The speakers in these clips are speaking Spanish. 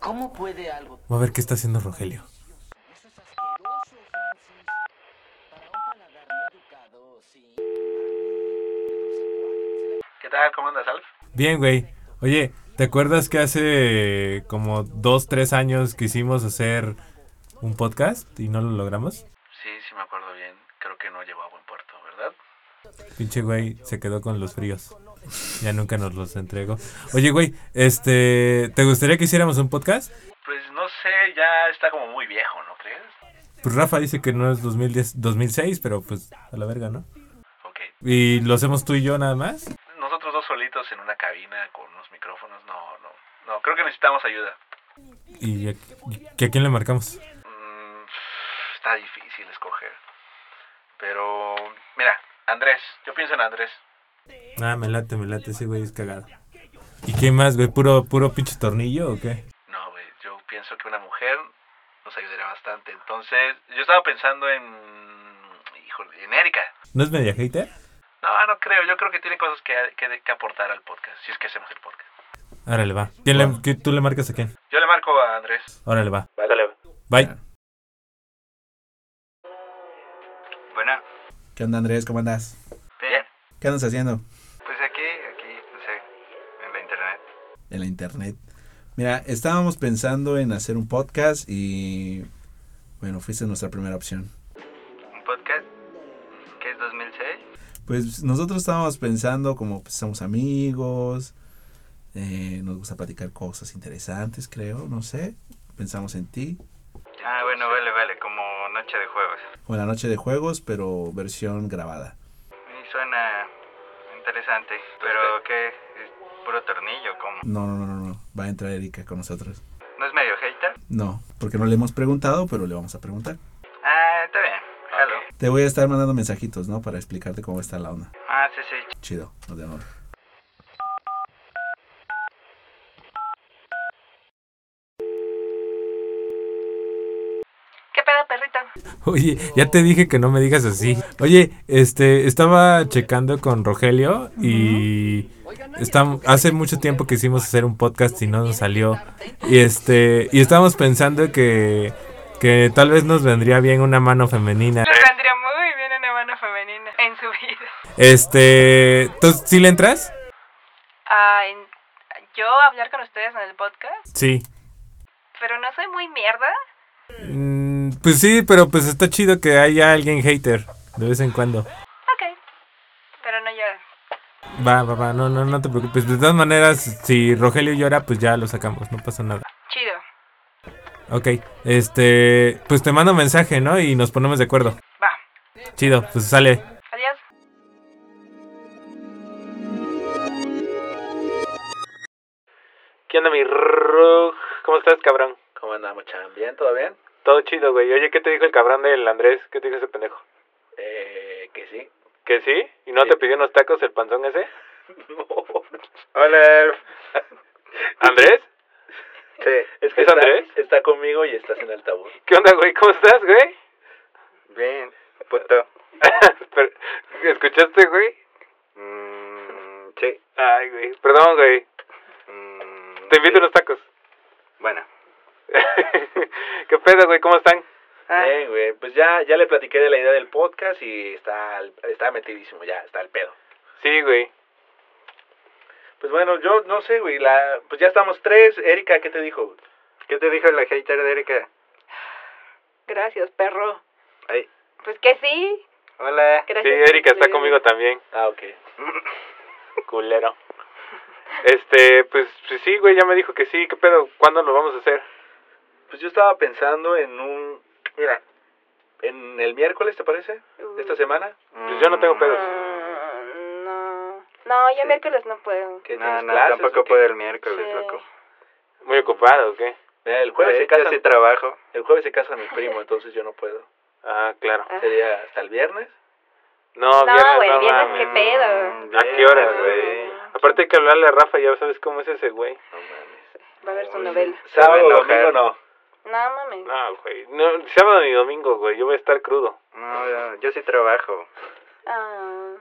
¿Cómo puede algo? Voy a ver qué está haciendo Rogelio. Eso es asqueroso, Francis. Para un paladar no educado, sí. Para mí, el dulce cuac se la- ¿Qué tal? ¿Cómo andas, Alf? Bien, güey. Oye, ¿te acuerdas que hace como dos, tres años quisimos hacer un podcast y no lo logramos? Sí, sí me acuerdo bien. Creo que no llegó a buen puerto, ¿verdad? Pinche güey se quedó con los fríos. Ya nunca nos los entregó. Oye, güey, este, ¿te gustaría que hiciéramos un podcast? Pues no sé, ya está como muy viejo, ¿no crees? Pues Rafa dice que no es 2010, 2006, pero pues a la verga, ¿no? Ok. ¿Y lo hacemos tú y yo nada más? Nosotros dos solitos en una cabina con unos micrófonos, no, no. No, creo que necesitamos ayuda. ¿Y a, que a quién le marcamos? Mm, está difícil escoger. Pero, mira, Andrés. Yo pienso en Andrés. Ah, me late, me late, ese güey es cagado. ¿Y qué más, güey? ¿Puro, puro pinche tornillo o qué? No, güey, yo pienso que una mujer nos ayudaría bastante. Entonces, yo estaba pensando en... Híjole, en Erika. ¿No es media hater? No, no creo. Yo creo que tiene cosas que, que, que aportar al podcast, si es que hacemos el podcast. Órale, va. ¿Quién le- qué- ¿Tú le marcas a quién? Yo le marco a Andrés. Órale, va. Vale. Bye. Bueno, ¿Qué onda, Andrés? ¿Cómo andas? bien. ¿Qué andas haciendo Pues aquí, aquí, no sé, en la internet. en la internet? Mira, estábamos pensando en hacer un podcast y. Bueno, fuiste nuestra primera opción. ¿Un podcast? ¿Qué es 2006? Pues nosotros estábamos pensando, como pues, somos amigos, eh, nos gusta platicar cosas interesantes, creo, no sé. Pensamos en ti. Ah, bueno, vale, vale, como Noche de Juegos. O en la noche de juegos, pero versión grabada. Y suena interesante, pero ¿qué? ¿Es puro tornillo? ¿Cómo? No, no, no, no, no. Va a entrar Erika con nosotros. ¿No es medio hater? No, porque no le hemos preguntado, pero le vamos a preguntar. Ah, está bien, jalo. Te voy a estar mandando mensajitos, ¿no? Para explicarte cómo está la onda. Ah, sí, sí. Chido, nos vemos. ¿Qué pedo, perrito? Oye, ya te dije que no me digas así. Oye, este, estaba checando con Rogelio y estam- hace mucho tiempo que hicimos hacer un podcast y no nos salió. Y este, y estábamos pensando que, que tal vez nos vendría bien una mano femenina. Nos vendría muy bien una mano femenina en su vida. Este, ¿tú sí le entras? Ah, en- yo hablar con ustedes en el podcast, Sí. pero no soy muy mierda. Mm, pues sí, pero pues está chido que haya alguien hater de vez en cuando. Ok, pero no llores. Va, va, va, no, no, no te preocupes. De todas maneras, si Rogelio llora, pues ya lo sacamos, no pasa nada. Chido. Ok, este, pues te mando mensaje, ¿no? Y nos ponemos de acuerdo. Va. Chido, pues sale. Adiós. ¿Qué onda, mi rug? ¿Cómo estás, cabrón? ¿Cómo andamos, Chan? ¿Bien? ¿Todo bien? Todo chido, güey. Oye, ¿qué te dijo el cabrón del Andrés? ¿Qué te dijo ese pendejo? Eh, que sí. ¿Que sí? ¿Y no te pidió unos tacos el panzón ese? Hola. ¿Andrés? Sí. Es ¿Es Andrés? está conmigo y estás en el tabú. ¿Qué onda, güey? ¿Cómo estás, güey? Bien, puto. Pero, ¿Escuchaste, güey? Mm, sí. Ay, güey. Perdón, güey. Mm, Te invito unos tacos. Bueno. ¿Qué pedo, güey? ¿Cómo están? Eh. Bien, güey. Pues ya, ya le platiqué de la idea del podcast y está, al- está metidísimo ya, está al pedo. Sí, güey. Pues bueno, yo no sé, güey. La, pues ya estamos tres. Erika, ¿qué te dijo? ¿Qué te dijo la hater de Erika? Gracias, perro. Ay. Pues que sí. Hola. Gracias. también. Ah, ok. Culero. Este, pues, pues sí, güey, ya me dijo que sí. ¿Qué pedo? ¿Cuándo lo vamos a hacer? Pues yo estaba pensando en un. Mira, en el miércoles, ¿te parece? ¿De ¿Esta semana? Pues yo no tengo Mm, pedos. Mm, No, no, yo miércoles no puedo. ¿Qué, tienes clases o qué? el miércoles, Sí. loco. ¿Muy ocupado o qué? Mira, el jueves, se casa, Yo sí trabajo. el jueves se casa mi primo, entonces yo no puedo. Ah, claro. Ah. Sería hasta el viernes. No, No, güey, viernes mames. qué Mm, pedo. ¿A qué horas, Ah. güey? Aparte hay que hablarle a Rafa, ya sabes cómo es ese güey. No mames. Va a ver su novela. Sábado, va a enojar. domingo no. No, mames. No, güey. No, sábado ni domingo, güey. Yo voy a estar crudo. No, no, yo sí trabajo. Ah.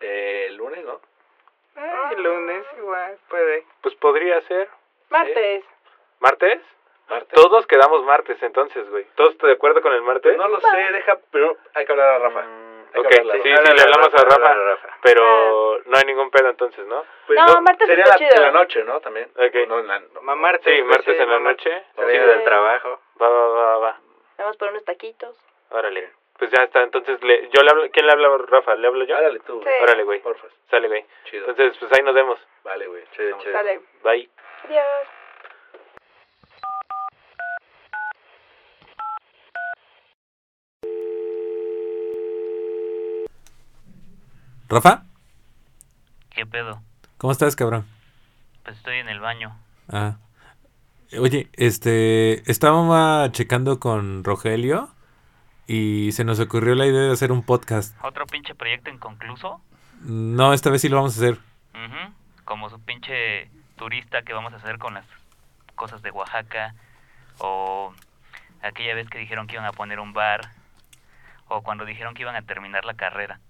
Eh, el lunes, ¿no? Ay, lunes igual, puede. Mm, Pues podría ser. Martes. ¿Martes? Martes. Todos nos quedamos martes entonces, güey. ¿Todos de acuerdo con el martes? Pues No lo sé, deja, pero hay que hablar a Ah. Rafa. Mm. Hay ok, que hablarle. sí, sí, le hablamos a Rafa. háblale a Ah. Pero no hay ningún pedo entonces, ¿no? Pues No, martes sería está la, chido. en la noche, ¿no? También. Ok. No, en la- no. Ma- Martes. Sí, pues, martes en la ma- noche. Saliendo Sí. del trabajo. Va, va, va, va. Vamos por unos taquitos. Órale. Pues ya está, entonces le, yo le hablo, ¿quién le habla a Rafa? ¿Le hablo yo? Háblale tú, güey. Sí. Órale, güey. Porfa. Sale, güey. Chido. Entonces, pues ahí nos vemos. vale, güey. Sí, Estamos- sí. Sale. Bye. Adiós. ¿Rafa? ¿Qué pedo? ¿Cómo estás, cabrón? Pues estoy en el baño. Ah. Oye, este, estaba checando con Rogelio y se nos ocurrió la idea de hacer un podcast. ¿Otro pinche proyecto inconcluso? No, esta vez sí lo vamos a hacer. Ujú, Como su pinche turista que vamos a hacer con las cosas de Oaxaca. O aquella vez que dijeron que iban a poner un bar. O cuando dijeron que iban a terminar la carrera.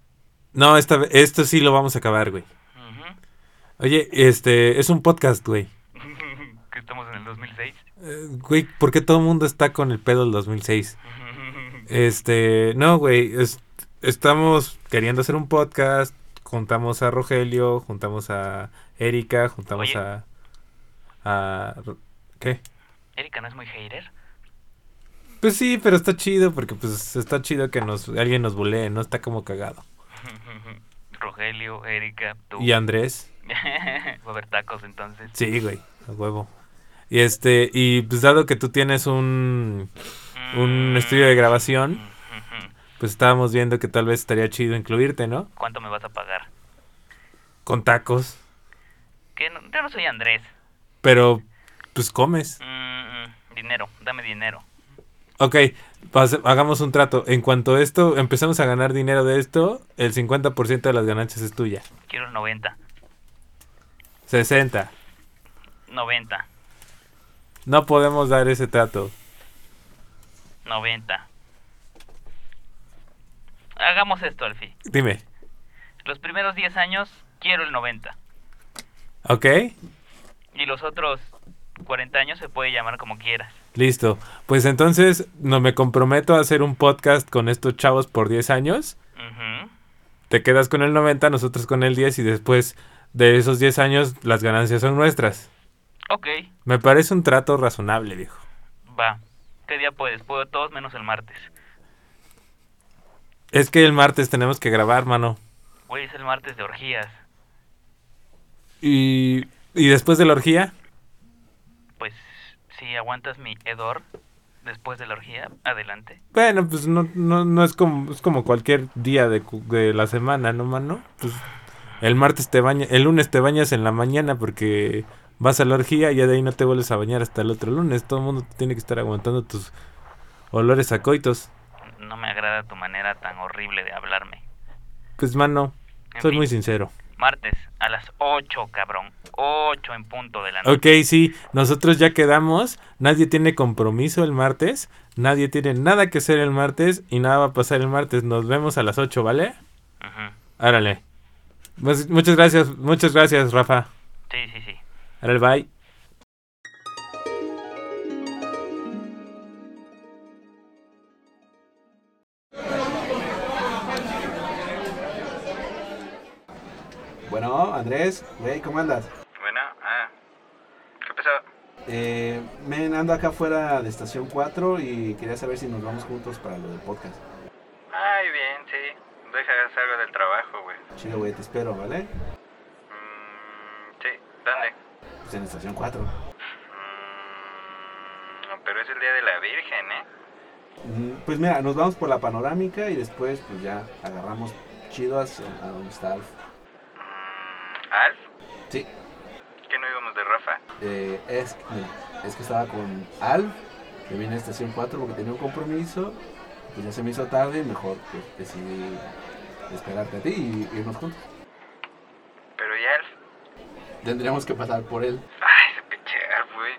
No, esta, ve- esto sí lo vamos a acabar, güey. Ujú. Oye, este, es un podcast, güey. que estamos en el 2006. Eh, Güey, ¿por qué todo el mundo está con el pedo del 2006? Este, no, güey, es- estamos queriendo hacer un podcast, juntamos a Rogelio, juntamos a Erika, juntamos Oye. a, a... ¿Qué? Erika no es muy hater. Pues sí, pero está chido porque pues está chido que nos alguien nos bulee, no está como cagado. Rogelio, Erika, tú. Y Andrés, Va a haber tacos entonces. sí, güey, a huevo. Y este, y pues dado que tú tienes un un estudio de grabación, Ujú. pues estábamos viendo que tal vez estaría chido incluirte, ¿no? ¿Cuánto me vas a pagar? Con tacos, Que no- yo no soy Andrés. pero pues comes. Mm, mm, dinero, dame dinero. Ok, pas- hagamos un trato. En cuanto a esto, empezamos a ganar dinero de esto, el 50% de las ganancias es tuya. Quiero el 90. 60. 90. No podemos dar ese trato. 90. Hagamos esto, Alfie. Dime. Los primeros 10 años quiero el 90. ¿Ok? Y los otros 40 años se puede llamar como quieras. Listo. Pues entonces no me comprometo a hacer un podcast con estos chavos por 10 años. Ujú. Te quedas con el 90, nosotros con el 10 y después de esos 10 años las ganancias son nuestras. Ok, Me parece un trato razonable, viejo. va. ¿Qué día puedes? Puedo todos menos el martes. Es que el martes tenemos que grabar, mano. Güey, es el martes de orgías. Y, y después de la orgía, Pues si aguantas mi hedor después de la orgía, adelante. bueno, pues no, no, no es como es como cualquier día de, cu- de la semana, ¿no, mano? Pues el martes te bañas, el lunes te bañas en la mañana porque vas a la orgía y ya de ahí no te vuelves a bañar hasta el otro lunes. Todo el mundo te tiene que estar aguantando tus olores a coitos. No me agrada tu manera tan horrible de hablarme. Pues, mano, En soy fin. muy sincero. Martes a las 8, cabrón. 8 en punto de la noche. Ok, sí, nosotros ya quedamos, nadie tiene compromiso el martes, nadie tiene nada que hacer el martes y nada va a pasar el martes. Nos vemos a las 8, ¿vale? Ujú. Árale. Pues, muchas gracias, muchas gracias, Rafa. Sí, sí, sí. Árale, bye. Bueno, Andrés, güey, ¿cómo andas? Bueno, ah. ¿Qué pasó? Eh, men, ando acá afuera de Estación 4 y quería saber si nos vamos juntos para lo del podcast. Ay, bien, sí. Deja que salga del trabajo, güey. Mm, Chido, güey, te espero, ¿vale? Mm, sí, ¿dónde? Pues en Estación 4. Mm, pero es el día de la Virgen, ¿eh? Mm, Pues mira, nos vamos por la panorámica y después pues ya agarramos chido hacia- a donde está Alf. Mm, ¿Alf? Sí. ¿Qué no íbamos de Rafa? Eh, es, que- mira, es que estaba con Alf, que viene a Estación 4 porque tenía un compromiso, pues ya se me hizo tarde y mejor pues, decidí esperarte a ti y irnos juntos. Pero ¿y Alf? Tendríamos que pasar por él. Ay, ese pinche Alf, güey.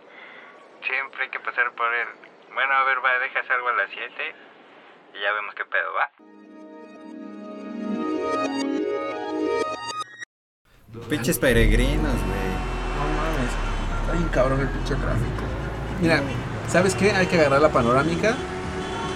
Siempre hay que pasar por él. Bueno, a ver, va, deja salgo a las 7 y ya vemos qué pedo, ¿va? Pinches peregrinos, güey. No mames, está bien cabrón el pinche tráfico. Mira, ¿Sabes qué? Hay que agarrar la panorámica.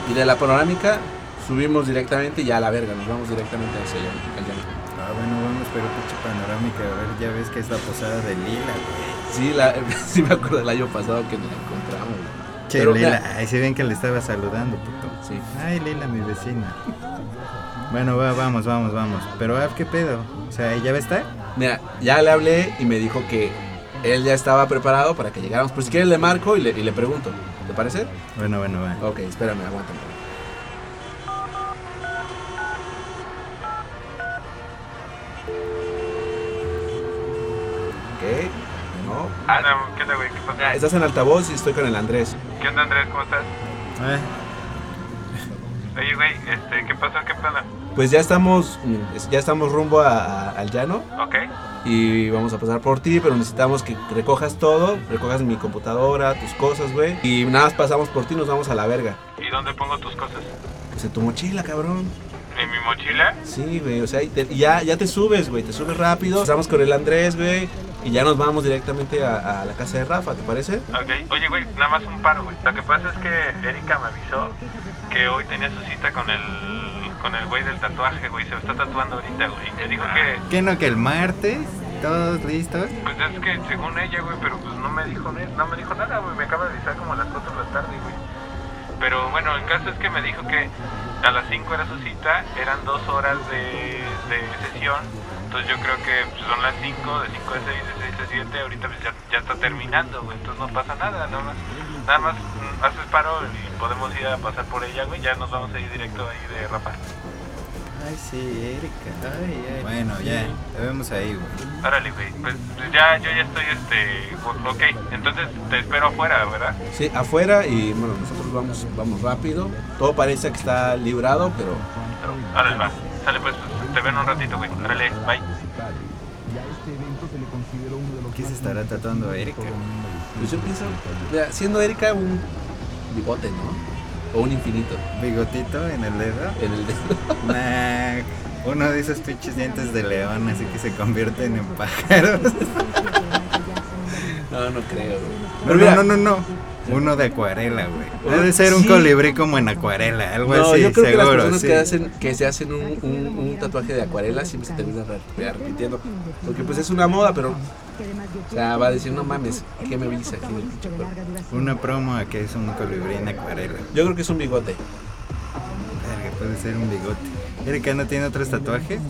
Y de la panorámica subimos directamente y a la verga, nos vamos directamente hacia allá. al llano. Ah, bueno, vamos, pero pinche panorámica. A ver, ya ves que es la posada de Lila, güey. Sí, la, sí me acuerdo del año pasado que nos la encontramos. güey. Che, Pero, Lila. mira- Ahí se ven que le estaba saludando, puto. Sí. Ay, Lila, mi vecina. Bueno, va, vamos, vamos, vamos. Pero, Af, ¿qué pedo? O sea, ¿ya va a estar? Mira, ya le hablé y me dijo que él ya estaba preparado para que llegáramos. Pero si quieres le marco y le, y le pregunto. ¿Te parece? Bueno, bueno, va. Ok, espérame, aguántame. Ok, no. Ah, no, ¿qué onda, güey? ¿Qué pasa? Estás en altavoz y estoy con el Andrés. ¿Qué onda, Andrés? ¿Cómo estás? Eh, Oye, güey, este, ¿qué pasó? ¿Qué pasa? Pues ya estamos, mm, ya estamos rumbo a- a- al llano Ok, y vamos a pasar por ti, pero necesitamos que recojas todo, recojas mi computadora, tus cosas, güey. Y nada más pasamos por ti y nos vamos a la verga. ¿y dónde pongo tus cosas? Pues en tu mochila, cabrón. ¿En mi mochila? Sí, güey, o sea, y te- y ya, ya te subes, güey, te subes rápido. Pasamos con el Andrés, güey, y ya nos vamos directamente a, a la casa de Rafa, ¿te parece? Ok, oye, güey, nada más un paro, güey. Lo que pasa es que Erika me avisó que hoy tenía su cita con el, con el güey del tatuaje, güey. Se lo está tatuando ahorita, güey. Me dijo que, ¿Qué no que el martes? ¿Todos listos? pues es que según ella, güey, pero pues no me dijo, ni- no me dijo nada, güey. Me acaba de avisar como a las 4 de la tarde, güey. Pero bueno, el caso es que me dijo que a las 5 era su cita, eran dos horas de, de sesión. Entonces yo creo que pues, son las 5, de 5 a 6, de 6 a 7, ahorita pues, ya, ya está terminando, güey. Entonces no pasa nada, nada más, nada más mm, haces paro y podemos ir a pasar por ella, güey. Ya nos vamos a ir directo ahí de Rafa. Ay, sí, Erika. Ay, ay. Bueno, ya. Te vemos ahí, güey. Árale, güey. Pues pues, ya, yo ya estoy, este, o- ok. Entonces te espero afuera, ¿verdad? Sí, afuera y bueno, nosotros vamos, vamos rápido. Todo parece que está librado, pero Árale, va. Sale pues, pues, te veo en un ratito, güey. Árale, bye. ¿Qué se estará tatuando Erika? pues yo pienso, mira, siendo Erika un bigote, ¿no? O un infinito ¿Bigotito en el dedo? en el dedo. Nah, uno de esos pinches dientes de león, así que se convierten en pájaros. No, no creo, güey. No, Pero mira, no, no, no, no. Uno de acuarela, güey. Ha de ser un Sí. colibrí como en acuarela, algo no, así, yo creo que las seguro. personas sí. que, hacen, que se hacen un, un- un tatuaje de acuarela siempre se terminan re- repitiendo. Porque pues es una moda, pero o sea, va a decir, no mames, ¿qué me viste aquí en el pinche cuerpo? Una promo a que es un colibrí en acuarela. Yo creo que es un bigote. Verga, puede ser un bigote. Erika no tiene otros tatuajes.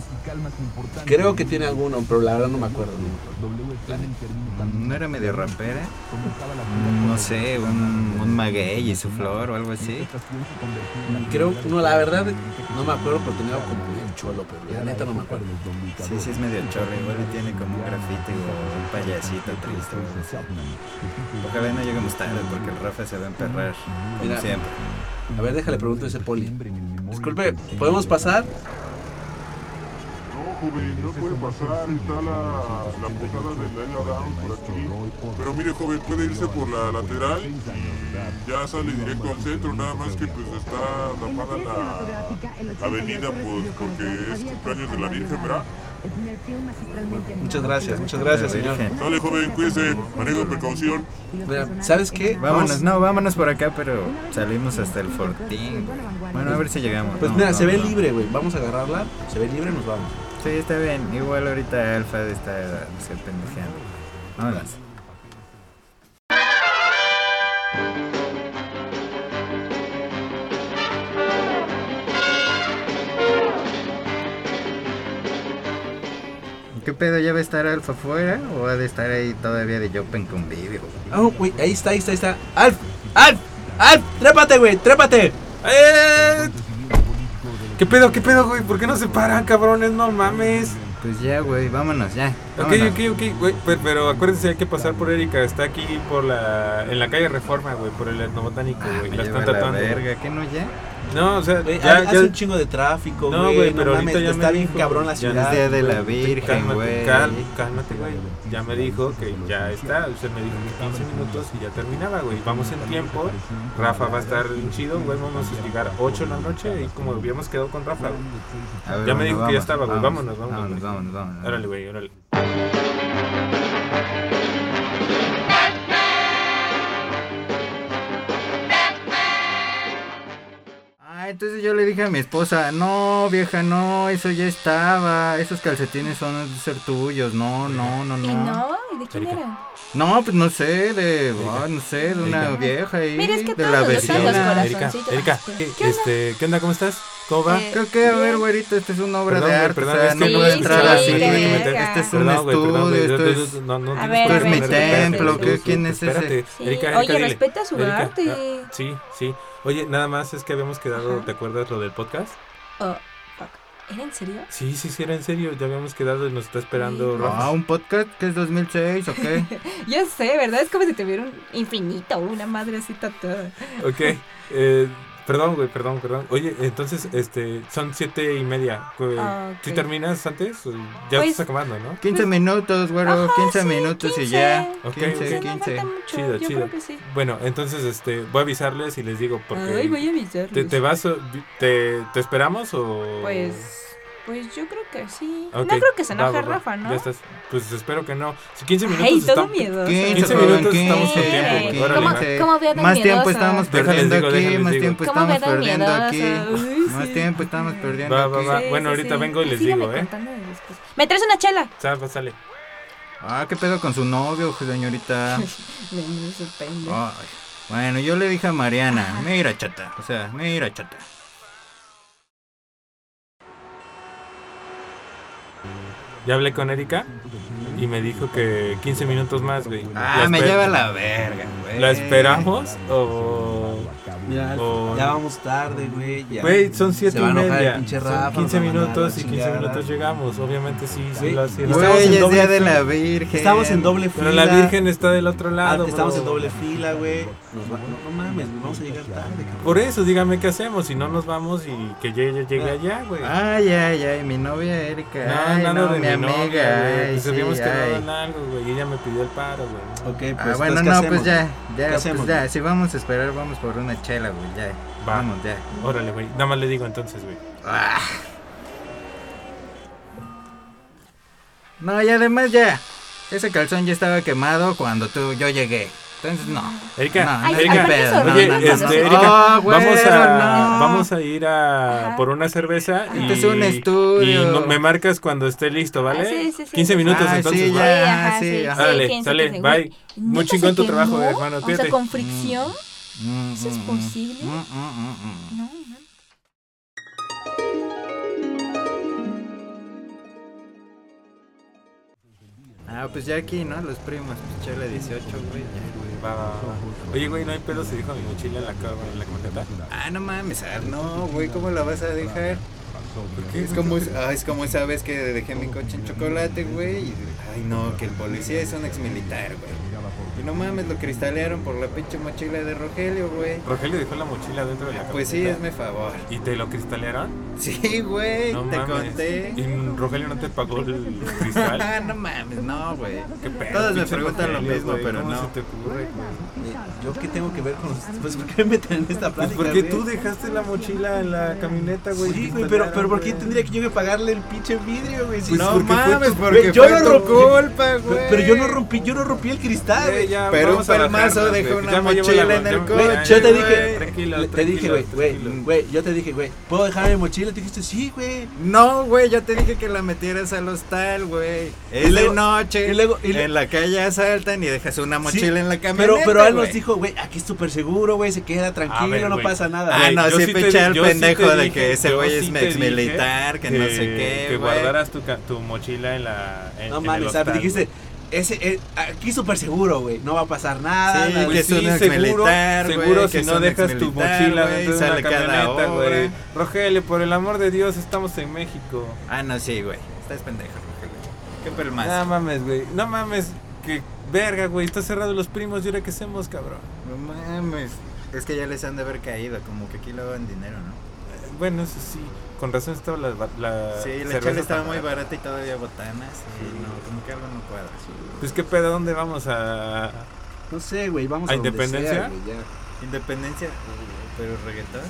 Creo que tiene alguno, pero la verdad no me acuerdo. Mm, No era medio rapera. No sé, un, un maguey y su flor o algo así. Creo, no, la verdad no me acuerdo, pero tenía como un cholo, pero la neta no me acuerdo. Sí, sí, es medio chorro. Igual y tiene como un grafite o un payasito triste. o algo así. Ojalá no lleguemos tarde porque el Rafa se va a emperrar. Como Mira. siempre. A ver, déjale pregunto a ese poli. Disculpe, ¿podemos pasar? No, joven, no puede pasar, está la, la posada del Daniel Down por aquí. Pero mire, joven, puede irse por la lateral y ya sale directo al centro, nada más que pues está tapada la avenida pues, porque es cumpleaños de la Virgen, ¿verdad? Muchas gracias, muchas gracias, La señor. Virgen. Sale, joven, cuídese, manejo con precaución. Mira, ¿sabes qué? Vámonos, no, vámonos por acá, pero salimos hasta el fortín. güey. Bueno, a ver si llegamos. Pues No, mira, no, se ve no. libre, güey. Vamos a agarrarla, se ve libre, nos vamos. Sí, está bien. Igual ahorita Alfa está se pendejeando. Vámonos. ¿Qué pedo? ¿Ya va a estar Alfa afuera o ha de estar ahí todavía de Jopen convivio? Ah, güey, ahí está, ahí está, ahí está. ¡Alf! ¡Alf! ¡Alf! ¡Trépate, güey! ¡Trépate! ¡Eh! ¿Qué pedo, qué pedo, güey? ¿Por qué no se paran, cabrones? No mames. Pues ya, güey, vámonos ya. Ok, vámonos. ok, ok, güey. Pero, pero acuérdense, hay que pasar por Erika. Está aquí por la, en la calle Reforma, güey, por el etnobotánico, Ah, güey. me la lleva están la tratando. verga, ¿qué no ya? No, o sea, Güey, ya, hace ya- un chingo de tráfico, No, güey. güey, pero no ahorita mames, ya está me bien dijo, cabrón la ya no ciudad. Es día de la Te- Virgen, Cálmate, güey. cal- cálmate, güey. Ya me dijo que ya está. Usted me dijo que 15 minutos y ya terminaba, güey. Vamos en tiempo. Rafa va a estar bien chido, güey. Vamos a llegar 8 de la noche y como habíamos quedado con Rafa, güey. A ver, Ya me vámonos, dijo que ya estaba, güey. Vámonos, vámonos, Vámonos, güey. vámonos, vámonos. Órale, güey, órale. Ah, entonces yo le dije a mi esposa, no, vieja, no, eso ya estaba, esos calcetines son de ser tuyos, no, no, no, ¿Y no. no? ¿Y de quién eran? No, pues no sé, de, ah, no sé, de una Erika. vieja ahí, Mira, es de que todos la los vecina. usan los Erika, corazoncitos. Erika, este, ¿qué onda? ¿Cómo estás? ¿Cómo va? Eh, Creo que, a ver, güerito, esta es una obra Perdón, de güey, arte, perdón, o sea, es que no no puedo me entrar esperaba, así, me tuve que meter. este es un Perdón, güey, perdón, estudio, güey, esto yo- es... yo- no, no A tienes ver, por a qué ver. meter- Es mi espérate, templo, tú, ¿qué- tú, quién tú, es ese? espérate. Sí, Erika, Erika, oye, dile. respeta su Erika, arte. ah, sí, sí. Oye, nada más es que habíamos quedado, ¿te acuerdas lo del podcast? Oh, fuck. ¿Era en serio? Sí, sí, sí, era en serio, ya habíamos quedado y nos está esperando Ah, Rafa. un podcast que es 2006, ¿o qué? Ya sé, ¿verdad? Es como si te viera un infinito, una madre así tatuada. Ok, eh, perdón, güey, perdón, perdón. Oye, entonces, este, son siete y media. güey. Ah, ok. ¿Tú terminas antes? Ya Pues- estás acabando, ¿no? 15 minutos, Ah, güero, 15 minutos y ya. 15. Ok, 15, ok. 15. Mucho, Chido, yo chido. creo que sí. Bueno, entonces, este, voy a avisarles y les digo porque... Ay, voy a avisarles. ¿Te, te vas, o- te, te esperamos o...? Pues, pues yo creo que sí. Ok, No creo que se va, enoje va, va. Rafa, ¿no? Ya estás. Pues espero que no. Si 15 minutos Ay, todo estamos- miedoso. 15 joven, minutos estamos con 15. tiempo, güey. Órale, ¿Cómo, va. cómo veo tan Más tiempo miedosa? estamos Déjales perdiendo digo, aquí, déjales más digo. tiempo ¿Cómo me estamos dan perdiendo miedosa? aquí. Uy, Más sí. tiempo pues estamos perdiendo Va, va, aquí. va. Ah, Bueno, ahorita vengo y les Síganme digo, ¿eh? contando de sus cosas. ¿Me traes una chela? Sal, sale. Ah, qué pedo con su novio, señorita. Me, me sorprende. Ay. Bueno, yo le dije a Mariana, mira chata, o sea, mira chata. Ya hablé con Erika y me dijo que 15 minutos más, güey. Ah, La me esper- lleva a la verga, güey. ¿La esperamos o...? Mira, o- ya vamos tarde, güey. ya. Güey, son 7 Se va a y enojar el media. pinche Son Rafa, 15 nos va a mandar minutos la y 15 chingada. minutos llegamos. Obviamente sí, sí, Güey, lo hacía. y Estamos estamos Güey, en en es doble- día doble de la fila. Virgen. Estamos en doble fila. Pero la Virgen está del otro Ah, lado. estamos bro. en doble fila, güey. Nos va- No, no mames, nos vamos a llegar tarde, cabrón. Por eso, dígame qué hacemos. Si no nos vamos y que llegue, llegue allá, güey. Ah. Ay, ay, ay, mi novia Erika. No, ay, nada no, de mi mi amiga. novia, güey. ay, Pues habíamos sí, quedado ay. en algo, güey. Y ella me pidió el paro, güey. Ok, pues. Ah, bueno, entonces, ¿qué no, hacemos? pues ya, ya, pues hacemos, ya, güey? si vamos a esperar, vamos por una chela, güey, ya. Va. Vamos, ya. Órale, güey. Nada más le digo entonces, güey. Ah. No, y además ya, ese calzón ya estaba quemado cuando tú, yo llegué. Entonces, no. Erika, No, no Ay, hay Erika, pedo, no, oye, no, no, este, no. Erika, Oh, güero, vamos, a, no. vamos a ir a Ajá. por una cerveza y, Este es un estudio. y no- me marcas cuando esté listo, ¿vale? Ah, sí, sí, sí. 15 minutos Ah, entonces, sí, ¿va? ya, ajá, sí, ya. Órale, 15 sale, segundos. bye. Muy ¿Neta chingón se tu trabajo, quemó? hermano, O sea, cuídate. con fricción. Mm, ¿Eso es mm, posible? mm, mm, mm, mm. No, no. Ah, pues ya aquí, ¿no? Los primos, pues chela 18, güey. ya. Va, va, va. Oye, güey, no hay pedo, se dijo mi mochila en la, cama, en la camioneta. Ah, no mames, ah, no, güey, ¿cómo la vas a dejar? qué? Es como, ah, es como esa vez que dejé mi coche en chocolate, güey. y, Ay, no, que el policía es un exmilitar, güey. Y no mames, lo cristalearon por la pinche mochila de Rogelio, güey. Rogelio dejó la mochila dentro de la camioneta. Pues sí, hazme favor. ¿Y te lo cristalearon? Sí, güey, No te mames. conté. ¿Y Rogelio no te pagó el cristal? Ah, no mames, no, güey. ¿Qué pedo, Todos me pinche preguntan lo Rogelio, mismo, güey? pero ¿Cómo no. se te ocurre, güey? Eh, ¿Yo qué tengo que ver con los.? Pues, ¿por qué me meten en esta Pues plática? porque güey? tú dejaste la mochila en la camioneta, güey. Sí, güey, pero, pero ¿por qué tendría que yo que pagarle el pinche vidrio, güey? Si Pues no porque fue mames, tu- porque yo no rompí. culpa, Pero, pero yo no rompí, yo no rompí el cristal, güey. Pero un palmazo dejó una mochila en el coche, Yo te dije, güey. tranquilo, le- te dije, güey, güey, güey, yo te dije, güey, ¿puedo dejar mi mochila? Te dijiste, sí, güey. No, güey, yo te dije que la metieras al hostal, güey. Es luego- de noche. y luego- y le- en la calle asaltan y dejas una mochila Sí, en la camioneta. Pero, pero él nos güey. dijo, güey, aquí es súper seguro, güey, se queda tranquilo, ver, no Ah, güey. pasa nada. Ah, Güey, no, yo sí, sí te pinche di- al yo sí pendejo te de dije- que ese yo güey sí es te dije exmilitar, que no sé qué, Que güey. guardaras tu, ca- tu mochila en la. En, No en mames, el o sea, hostal, dijiste, güey. ese, eh, aquí es súper seguro, güey, no va a pasar nada. Sí, nada, que güey. es un seguro, exmilitar, güey, seguro que si es no un dejas tu exmilitar, mochila güey, dentro de sale una cada camioneta, güey. hora. Rogelio, por el amor de Dios, estamos en México. Ah, no, sí, güey. Estás pendejo, güey. Qué pelmazo. No mames, güey. No mames, que verga, güey. Está cerrado los primos. ¿Y ahora qué hacemos, cabrón? No mames. Es que ya les han de haber caído, como que aquí lavan dinero, ¿no? Eh, Bueno, eso sí. Con razón estaba la. la Sí, la cerveza chela tan estaba muy barata. barata y todavía botanas. Sí, no, como que algo no cuadra. Pues qué pedo, ¿a ¿dónde vamos a.? No sé, güey, vamos ¿A a donde Independencia? sea, güey, ya. Independencia, uh, pero reggaetón.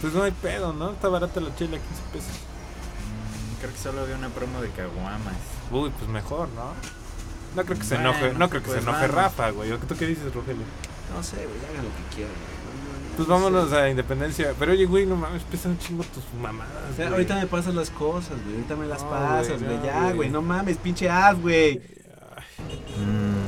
Pues no hay pedo, ¿no? Está barata la chela, 15 pesos. Mm, Creo que solo había una promo de caguamas. Uy, pues mejor, ¿no? No creo que se Bueno, enoje, no creo que pues se enoje vamos. Rafa, güey. ¿Tú qué dices, Rogelio? No sé, güey, hagan lo que quieran, güey. No, no, Pues vámonos a Independencia. Pero oye, güey, no mames, pesan un chingo tus mamadas. O sea, güey. ahorita me pasas las cosas, güey. Ahorita me las No, pasas, güey, güey. no, Ya, güey. güey. No mames, pinche Alf, güey. Mm,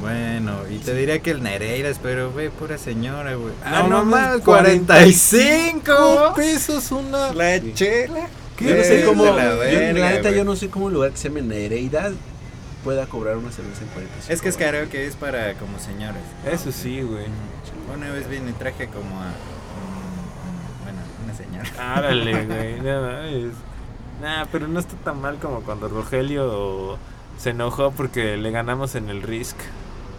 Bueno, y te diría que el Nereidas, pero güey, pura señora, güey. Ah, No no mames, mames, 45 pesos una. La chela. Yo no sé Es cómo. de yo- la verga, la neta, güey. yo no sé cómo un lugar que se llame Nereida pueda cobrar una cerveza en 45. Es que es caro que es para como señores. Eso sí, güey. Una vez vine y traje como a. mm, Bueno, una señora. Árale, güey. No mames. Nah, pero no está tan mal como cuando Rogelio se enojó porque le ganamos en el Risk.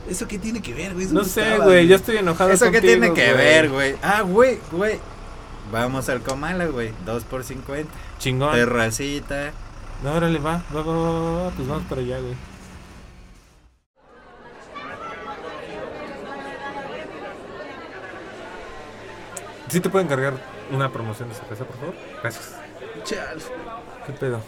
¿Eso qué tiene que ver, güey? Eso No me sé, estaba, güey. Yo estoy enojado ¿Eso qué contigo, tiene que ver, güey? Ah, güey, güey. Vamos al Comala, güey. 2 por 50. Chingón. Terracita. No, órale, va, va, va, va, va, va, pues vamos para allá, güey. ¿Sí te pueden cargar una promoción de cerveza, por favor? Gracias. Chale. ¿Qué pedo?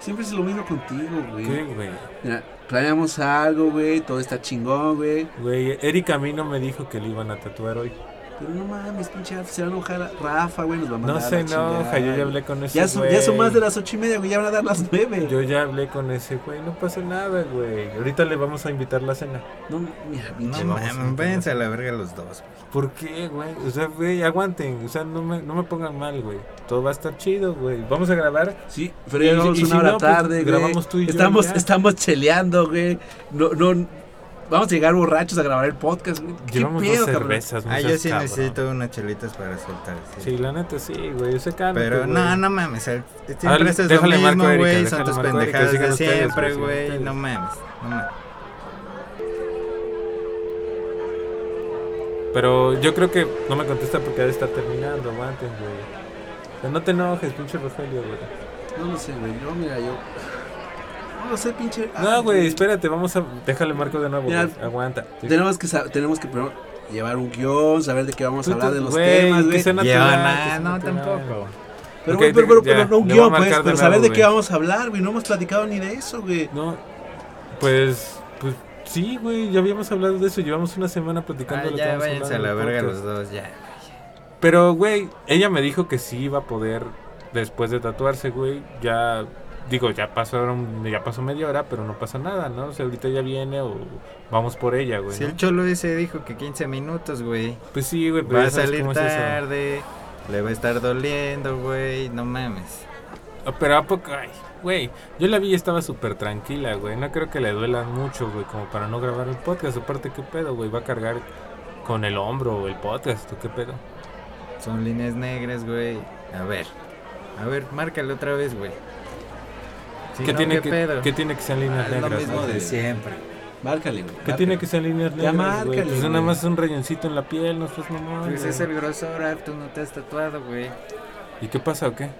Siempre es lo mismo contigo, güey. ¿Qué, güey? Mira, planeamos algo, güey. Todo está chingón, güey. Güey, Erika a mí no me dijo que le iban a tatuar hoy. Pero no mames, pinche Alf. Se va a enojar a- Rafa, güey. Nos va a No mandar se a la chingada, enoja, yo ya güey. hablé con ese Ya, son- ya son güey. más de las ocho y media, güey. Ya van a dar las nueve. Yo ya hablé con ese güey, no pasa nada, güey. Ahorita le vamos a invitar la cena. No, mira, No pinche mames, váyanse a la verga los dos. ¿Por qué, güey? O sea, güey, aguanten. O sea, no me, no me pongan mal, güey. Todo va a estar chido, güey. Vamos a grabar. Sí, Y- pero ya llegamos y si una hora no, pues, tarde, güey. Grabamos tú y yo estamos, y ya. Estamos cheleando, güey. No, no. Vamos a llegar borrachos a grabar el podcast, güey. ¿Qué Llevamos pedo, dos Pues cabrón? cervezas, no Ah, yo seas sí cabrón. necesito unas chelitas para soltar. sí. Sí, la neta sí, güey. Yo sé cálmate, Pero güey. no, no mames. el- Siempre Ahora, haces lo déjale marco a mismo, Erika, güey. déjale Son tus marco a Erika, pendejadas sigan de ustedes, güey, siempre, sigan güey. ustedes. No mames. No mames. Pero yo creo que no me contesta porque debe estar terminando. Aguanten, güey. O sea, no te enojes, pinche Rogelio, güey. No lo sé, güey. Yo, mira, yo. No lo sé, pinche. Ah, No, güey, espérate. Vamos a... Déjale marco de nuevo, Mira, güey. Aguanta. Sí. Tenemos que, sa- tenemos que primero llevar un guión, saber de qué vamos Tú- a hablar de tú- los güey, temas, que güey. sea Pero, natural, que sea Ya, ah, no, natural. tampoco. Ok, güey, pero, pero, ya, pero no le un voy a guión, marcar pues. de Pero nuevo, saber de güey. qué vamos a hablar, güey. No hemos platicado ni de eso, güey. No, pues, pues sí, güey, ya habíamos hablado de eso, llevamos una semana Ah, platicando. de lo que ya vamos a váyanse a la hablar en el verga los podcast. dos, ya. Pero, güey, ella me dijo que sí iba a poder, después de tatuarse, güey, ya, digo, ya pasaron, ya pasó media hora, pero no pasa nada, ¿no? O sea, ahorita ya viene o vamos por ella, güey. Si ¿no? el cholo ese dijo que 15 minutos, güey. Pues sí, güey, pero Va ya a sabes salir cómo es eso. tarde, le va a estar doliendo, güey. No mames. Ah, Pero a poco, ay, güey, yo la vi y estaba súper tranquila, güey. No creo que le duelan mucho, güey, como para no grabar el podcast. Aparte, ¿qué pedo, güey? Va a cargar con el hombro o el podcast, ¿tú qué pedo? Son líneas negras, güey. A ver. A ver, márcale otra vez, güey. Si ¿Qué, no, tiene ¿qué que, pedo? ¿Qué tiene que ser en líneas Ah, Es lo negras? mismo güey? de siempre. Márcale, güey. ¿Qué márcale. tiene que ser en líneas Ya negras, güey? márcale, Pues güey. nada más un rayoncito en la piel, no seas mamón, Pues güey. es el grosor, Alf, tú no te has tatuado, güey. ¿Y qué pasa o qué?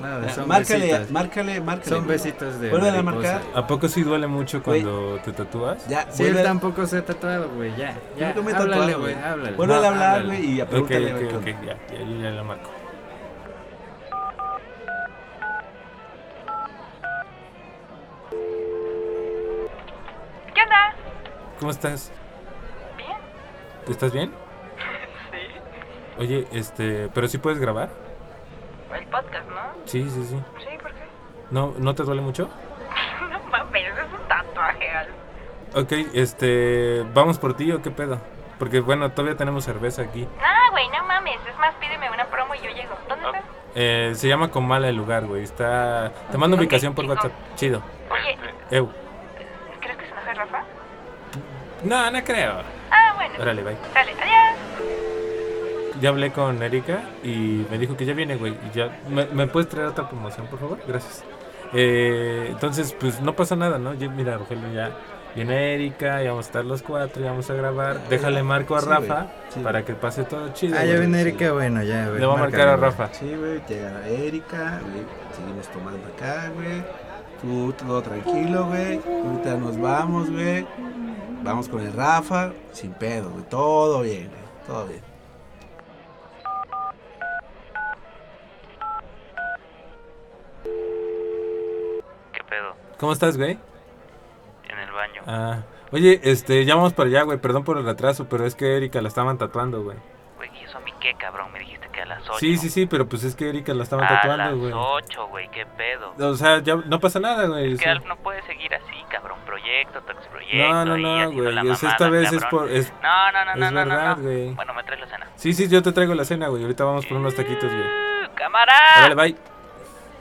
Nada, Ya, son Ah, Márcale, besitos. márcale, márcale. Son güey. besitos de Vuelve a mariposa. marcar. ¿A poco sí duele mucho Güey. cuando te tatúas? Ya, Si vuelve él a- tampoco se ha tatuado, güey, ya. ya. Nunca me he háblale, tatuado, güey, güey. háblale. Vuelve No, a hablar, háblale. güey, y a Ok, ok, preguntarle, güey, qué ok, onda. ya, ya, yo ya la marco. ¿Qué onda? ¿Cómo estás? Bien. ¿Estás bien? Sí. Oye, este, pero sí puedes grabar? El podcast, ¿no? Sí, sí, sí. Sí, ¿por qué? ¿No, ¿no te duele mucho? No mames, es un tatuaje, Al. Ok, este, ¿vamos por ti o qué pedo? Porque bueno, todavía tenemos cerveza aquí. Ah, güey, no mames. Es más, pídeme una promo y yo llego. ¿Dónde estás? Eh, se llama Comala el lugar, güey. Está... Te mando Ok, ubicación por chingón. WhatsApp. Chido. Oye, Eu. ¿crees que se enoje Rafa? No, no creo. Ah, bueno. Órale, bye. Dale, adiós. Ya hablé con Erika y me dijo que ya viene, güey. Y ya... ¿Me, me puedes traer otra promoción, por favor? Gracias. Eh, entonces, pues no pasa nada, ¿no? Ya- mira, Rogelio, ya viene Erika, ya vamos a estar los cuatro, ya vamos a grabar. Déjale marco a Sí, Rafa güey, sí, para que pase todo chido. Ah, ya güey. viene Erika, bueno, ya, güey. Le va a marcar a márcale, güey. Rafa. Sí, güey, llega Erika, güey, seguimos tomando acá, güey. Tú todo tranquilo, güey. Ahorita nos vamos, güey. Vamos con el Rafa, sin pedo, güey. Todo bien, güey. Todo bien. ¿Qué pedo? ¿Cómo estás, güey? En el baño. Ah, Oye, este, ya vamos para allá, güey. Perdón por el retraso, pero es que Erika la estaban tatuando, güey. Güey, ¿y eso a mí qué, cabrón? Me dijiste que a las 8. Sí, sí, sí, pero pues es que Erika la estaban A las tatuando, güey. 8, güey, qué pedo. O sea, ya no pasa nada, güey. Es que sí. Alf no puede seguir así, cabrón. Proyecto, tax proyecto. No, no, ahí no, haciendo güey. la O sea, mamada, esta vez es cabrón. por. Es, No, no, no, es no, no, no, verdad, no. güey. Bueno, me traes la cena. Sí, sí, yo te traigo la cena, güey. Ahorita vamos por unos taquitos, güey. Ah, ¡Cámara! Ah. Vale, bye.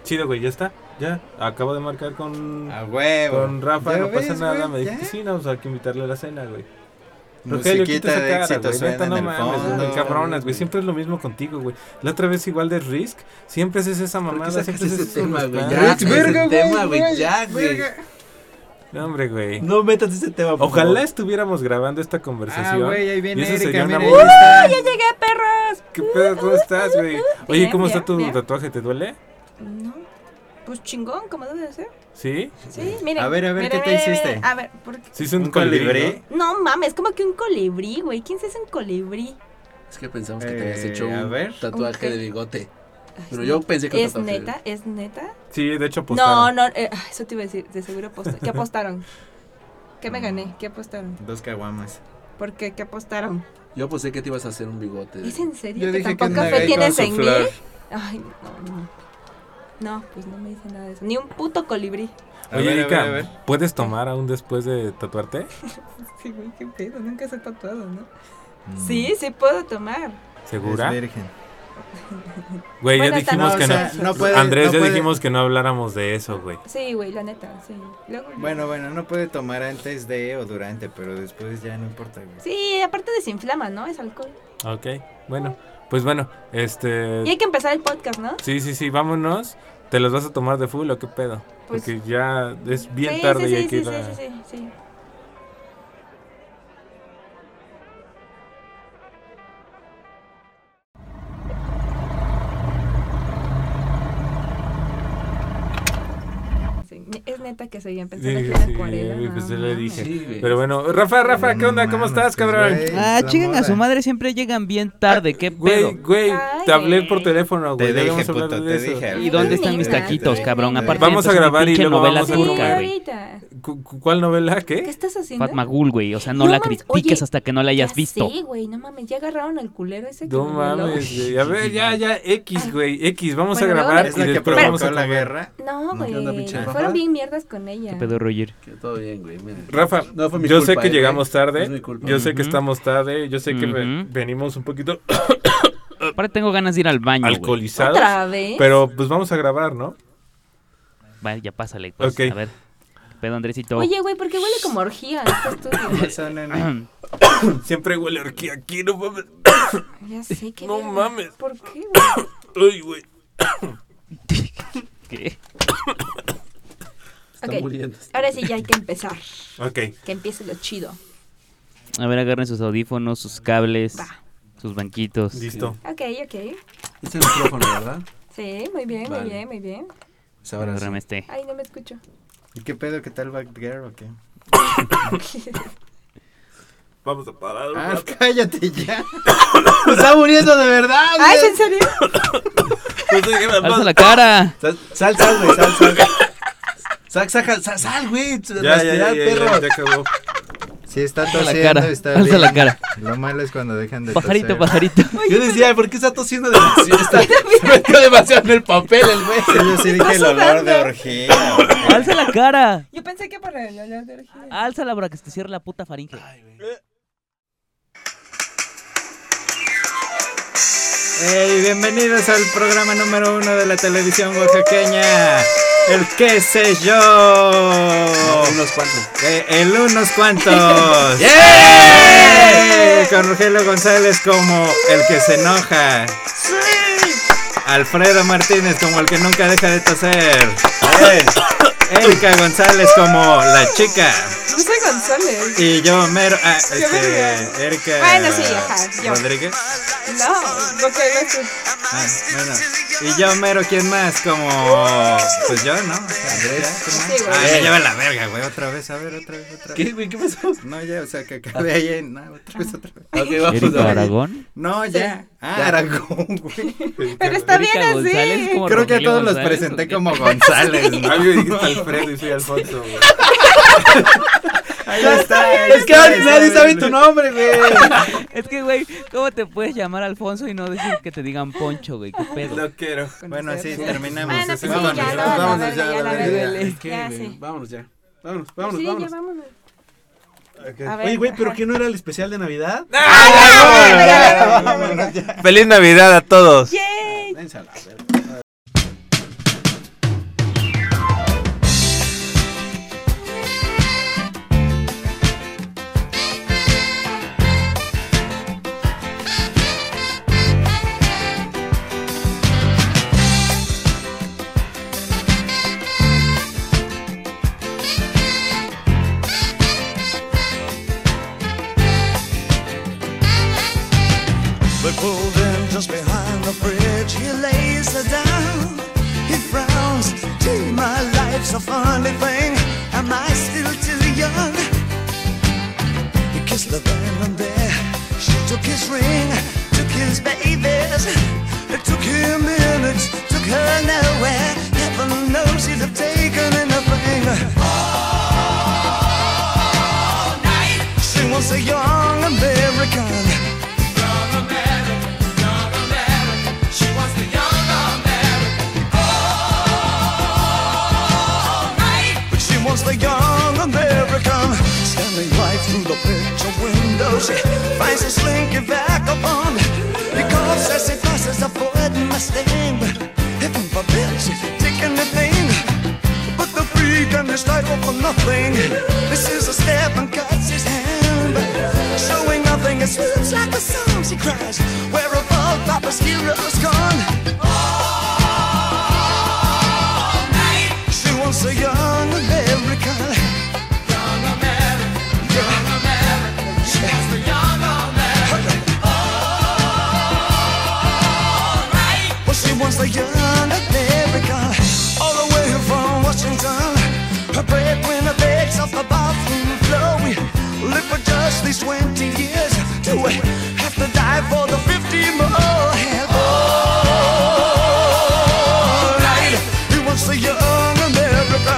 Chido, güey, ya está. Ya, acabo de marcar con. huevo. Con Rafa, ¿Ya no pasa ves, nada. güey? Me dijiste, sí, no, o sea, hay que invitarle a la cena, güey. Rogelio, Musiquita quita esa de cara, éxito güey. suena Neta, no en el mames, fondo, güey, cabronas, güey. güey. Siempre es lo mismo contigo, güey. La otra vez igual de Risk. Siempre haces esa mamada. sacas siempre ese haces esos tema, güey? planes. Ya, Risk, ese verga, güey, tema, güey, güey, ya, güey. verga. No, hombre, güey. No metas ese tema, por Ojalá favor. estuviéramos grabando esta conversación. Ah, güey, ahí viene y eso Erika, sería una mira, bu- ahí está. ¡Ya llegué, perros! ¿Qué pedo? ¿Cómo estás, güey? Oye, Bien, ¿cómo está bien, tu bien. tatuaje? ¿Te duele? No, pues chingón, como debe de ser. ¿Sí? Sí, miren. A ver, a ver, miren, ¿qué te miren, hiciste? miren. A ver, ¿por qué? ¿Sí es un, ¿Un colibrí? colibrí? no? No mames, como que un colibrí, güey. ¿Quién se hace un colibrí? Es que pensamos que te habías Eh, hecho a un ver. tatuaje Ok. de bigote. Pero yo pensé que un ¿Es tatuaje de- neta? ¿Es neta? Sí, de hecho No, apostaron. no, eh, ah, eso te iba a decir. De seguro apostaron. ¿Qué apostaron? ¿Qué me gané? ¿Qué apostaron? Dos caguamas. ¿Por qué? ¿Qué apostaron? Yo pensé que te ibas a hacer un bigote. ¿Es en serio Yo que dije que tampoco andaba fe ahí con tienes su en mí? flor. Ay, no, no. No, pues no me dice nada de eso. Ni un puto colibrí. A Oye, ver, a Erika, ver, a ver. ¿puedes tomar aún después de tatuarte? Sí, güey, qué pedo. Nunca se ha tatuado, ¿no? Sí, sí puedo tomar. ¿Segura? Es virgen. Güey, ya Bueno, dijimos también- que No, o sea, no. no puede- Andrés, no ya puede- dijimos que no habláramos de eso, güey. Sí, güey, la neta, sí. Luego- Bueno, bueno, no puede tomar antes de o durante, pero después ya no importa, güey. Sí, aparte desinflama, ¿no? Es alcohol. Ok, bueno. Pues bueno, este. Y hay que empezar el podcast, ¿no? Sí, sí, sí, vámonos. ¿Te los vas a tomar de full o qué pedo? Pues- Porque ya es bien sí, tarde sí, y hay sí, que sí, ir a- sí, sí, sí, sí. Sí, Es neta que seguían pensando Sí, que era sí, acuarela. güey, no pues yo le mames. dije. Sí, güey. Pero bueno, Rafa, Rafa, ¿qué No onda? ¿Cómo mames, estás, pues, cabrón? güey. Ah, La chingan a moda. su madre, siempre llegan bien tarde, qué pedo. Ah, Güey, güey, te hablé por teléfono, güey. Te ya dije, habíamos hablado puto, de te eso. dije. ¿Y dónde están mis Neta. taquitos, cabrón? Aparte Vamos a de empezar mi grabar y pinche luego novela vamos a turca, comer. güey. ahorita. ¿Cu- cu- ¿Cuál novela? ¿Qué ¿Qué? estás haciendo? Fatma Gul, güey, o sea, no, No la mames, critiques oye, hasta que no la hayas Ya visto. Sí, güey, no mames, ya agarraron al culero ese Este que No me violó. mames, güey. A ver, ya, ya, X, güey. X, vamos Bueno, a luego grabar les- Es y la que después vamos a provocó la comer. guerra. No, güey, onda, pinche Rafa? fueron bien mierdas con ella. ¿Qué pedo, Roger? Que todo bien, güey. mira. Rafa, No fue mi yo culpa, sé que eh, güey. llegamos tarde, Es mi culpa. yo sé que Ujú. estamos tarde, yo sé que ve- Ujú. venimos un poquito Aparte tengo ganas de ir al baño, güey. alcoholizados, ¿Otra vez? pero pues vamos a grabar, ¿no? Va, ya pásale, pues, Ok. a ver. ¿Qué pedo, Andresito? Oye, güey, ¿por qué huele como orgía este estudio? Eso, nene. Siempre huele a orquí aquí, no mames. Ya sé que. No mames. ¿Por qué, güey? Ay, güey. ¿Qué? Está Ok, muriendo. ahora sí ya hay que empezar. Ok, Que empiece lo chido. A ver, agarren sus audífonos, sus cables, Va. sus banquitos. listo. Ok, ok. Es el micrófono, ¿verdad? Sí, muy bien, Vale. muy bien, muy bien. Pues ahora sí. Agárrame este. Ay, no me escucho. ¿Y qué pedo? ¿Qué tal Bad Girl o qué? Vamos a parar. un Ah, rato. cállate ya. Se está muriendo de verdad, Vâng. Ay, güey. ¿en serio? No sé qué me ¡Alza pasa. la cara! Sal, sal, sal, güey, sal, sal. Sal, sal, sal, sal, güey. Ya, ya, ya, Respirar, ya, ya, perro. ya acabó. Si está Alza la tosiendo, cara, está alza bien. la cara. Lo malo es cuando dejan de Pajarito, toser. pajarito. Yo decía, ¿por qué está tosiendo demasiado? Está, se metió demasiado en el papel el güey. Sí, yo sí dije el olor de orgía. güey. ¡Alza la cara! Yo pensé que para el olor de orgía. ¡Álzala para que se te cierre la puta faringe! Hey, bienvenidos al programa número uno de la televisión oaxaqueña. El qué sé yo. Unos cuantos. Eh, el unos cuantos. Eh, Con Rogelio González como el que se enoja. Alfredo Martínez como el que nunca deja de toser. Erika González como la chica. No soy González. Y yo mero. ah, Qué este, verga. Erika. Bueno, sí, ajá, yo. Rodríguez. No, porque no estoy. Ah, bueno. Y yo mero, ¿quién más? Como. Pues yo, ¿no? Andrés. ¿qué más? Sí, güey. Ah, me lleva la verga, güey. Otra vez, a ver, otra vez, otra vez. ¿Qué, güey? ¿Qué pasó? No, ya, o sea, que acabé ahí en. No, otra vez, otra vez. Ok, vamos Erika a ver. Aragón. No, ya. Ah, Aragón, güey. Pero está bien Erika González así. como Creo que a Rogelio todos los González, presenté ¿o qué? como González, A ¿no? mí me dijiste Alfredo y soy Alfonso, güey. Ahí está. Es que nadie- nadie sabe tu nombre, güey. es que, güey, ¿cómo te puedes llamar Alfonso y no decir que te digan Poncho, güey? ¿Qué pedo? No quiero. Bueno, así terminamos. Bueno, así pues sí, vámonos. ya, no, Nos la vamos verga, allá, la ya, la verga. verga. Es que, Ya, güey, sí. Vámonos ya. Vámonos, vámonos, sí, vámonos. ya vámonos. Ok. A ver, Oye, güey, ¿pero ajá. qué no era el especial de Navidad? Feliz Navidad a todos. Váyanse a la verga. They pulled in just behind the bridge. He lays her down. He frowns. Gee, my life's a funny thing. Am I still too young? He kissed the there and there. She took his ring, took his babies. It took him minutes, took her nowhere. Heaven knows he'd have taken anything. All night. She was a young American. She wants the young American. All right. But she wants the young American. Standing right through the picture window, she finds a slinky vagabond. He coughs as he passes a foot in my stand. Heaven forbid she take anything. But the freak and his title for nothing. This is a step and cuts his hand. Showing nothing, it slips like a song, she cries. Where are all Papa's heroes gone? All night. She wants a young American. Young American. Young American. She wants the young American. All night. Well, she wants the young American. All the way from Washington. Her breadwinner begs off the bathroom floor. We live for just these 20 years. Do we have to die for the 50 more? And all right, he wants a young America.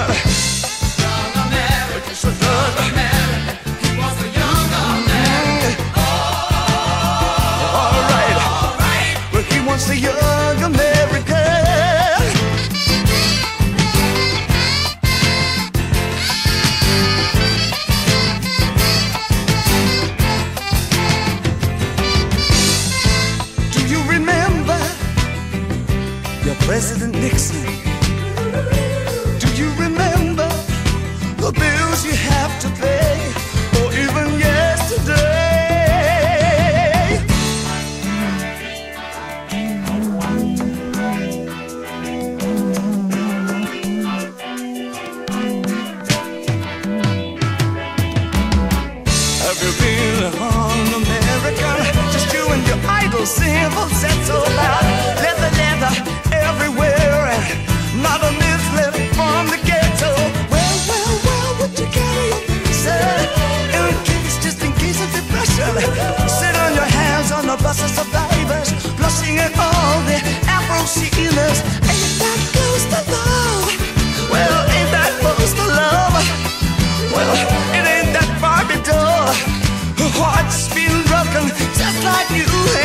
Young America. It's a young America. He wants a young America. All right, all right. Well, he wants a young America. Do you remember your President Nixon? Do you remember the bills you have to pay? Or even yesterday? Have you been on America? Just you and your idle symbols that's all about. Leather, leather everywhere, and not a myth left from the ghetto. Well, well, well, would you carry your sir? In case, just in case of depression. Sit on your hands on the bus of survivors, blushing at all the Afro sealers. Ain't that close to love? Well, ain't that close to love? Well, it ain't that far to door. Her heart's been broken just like you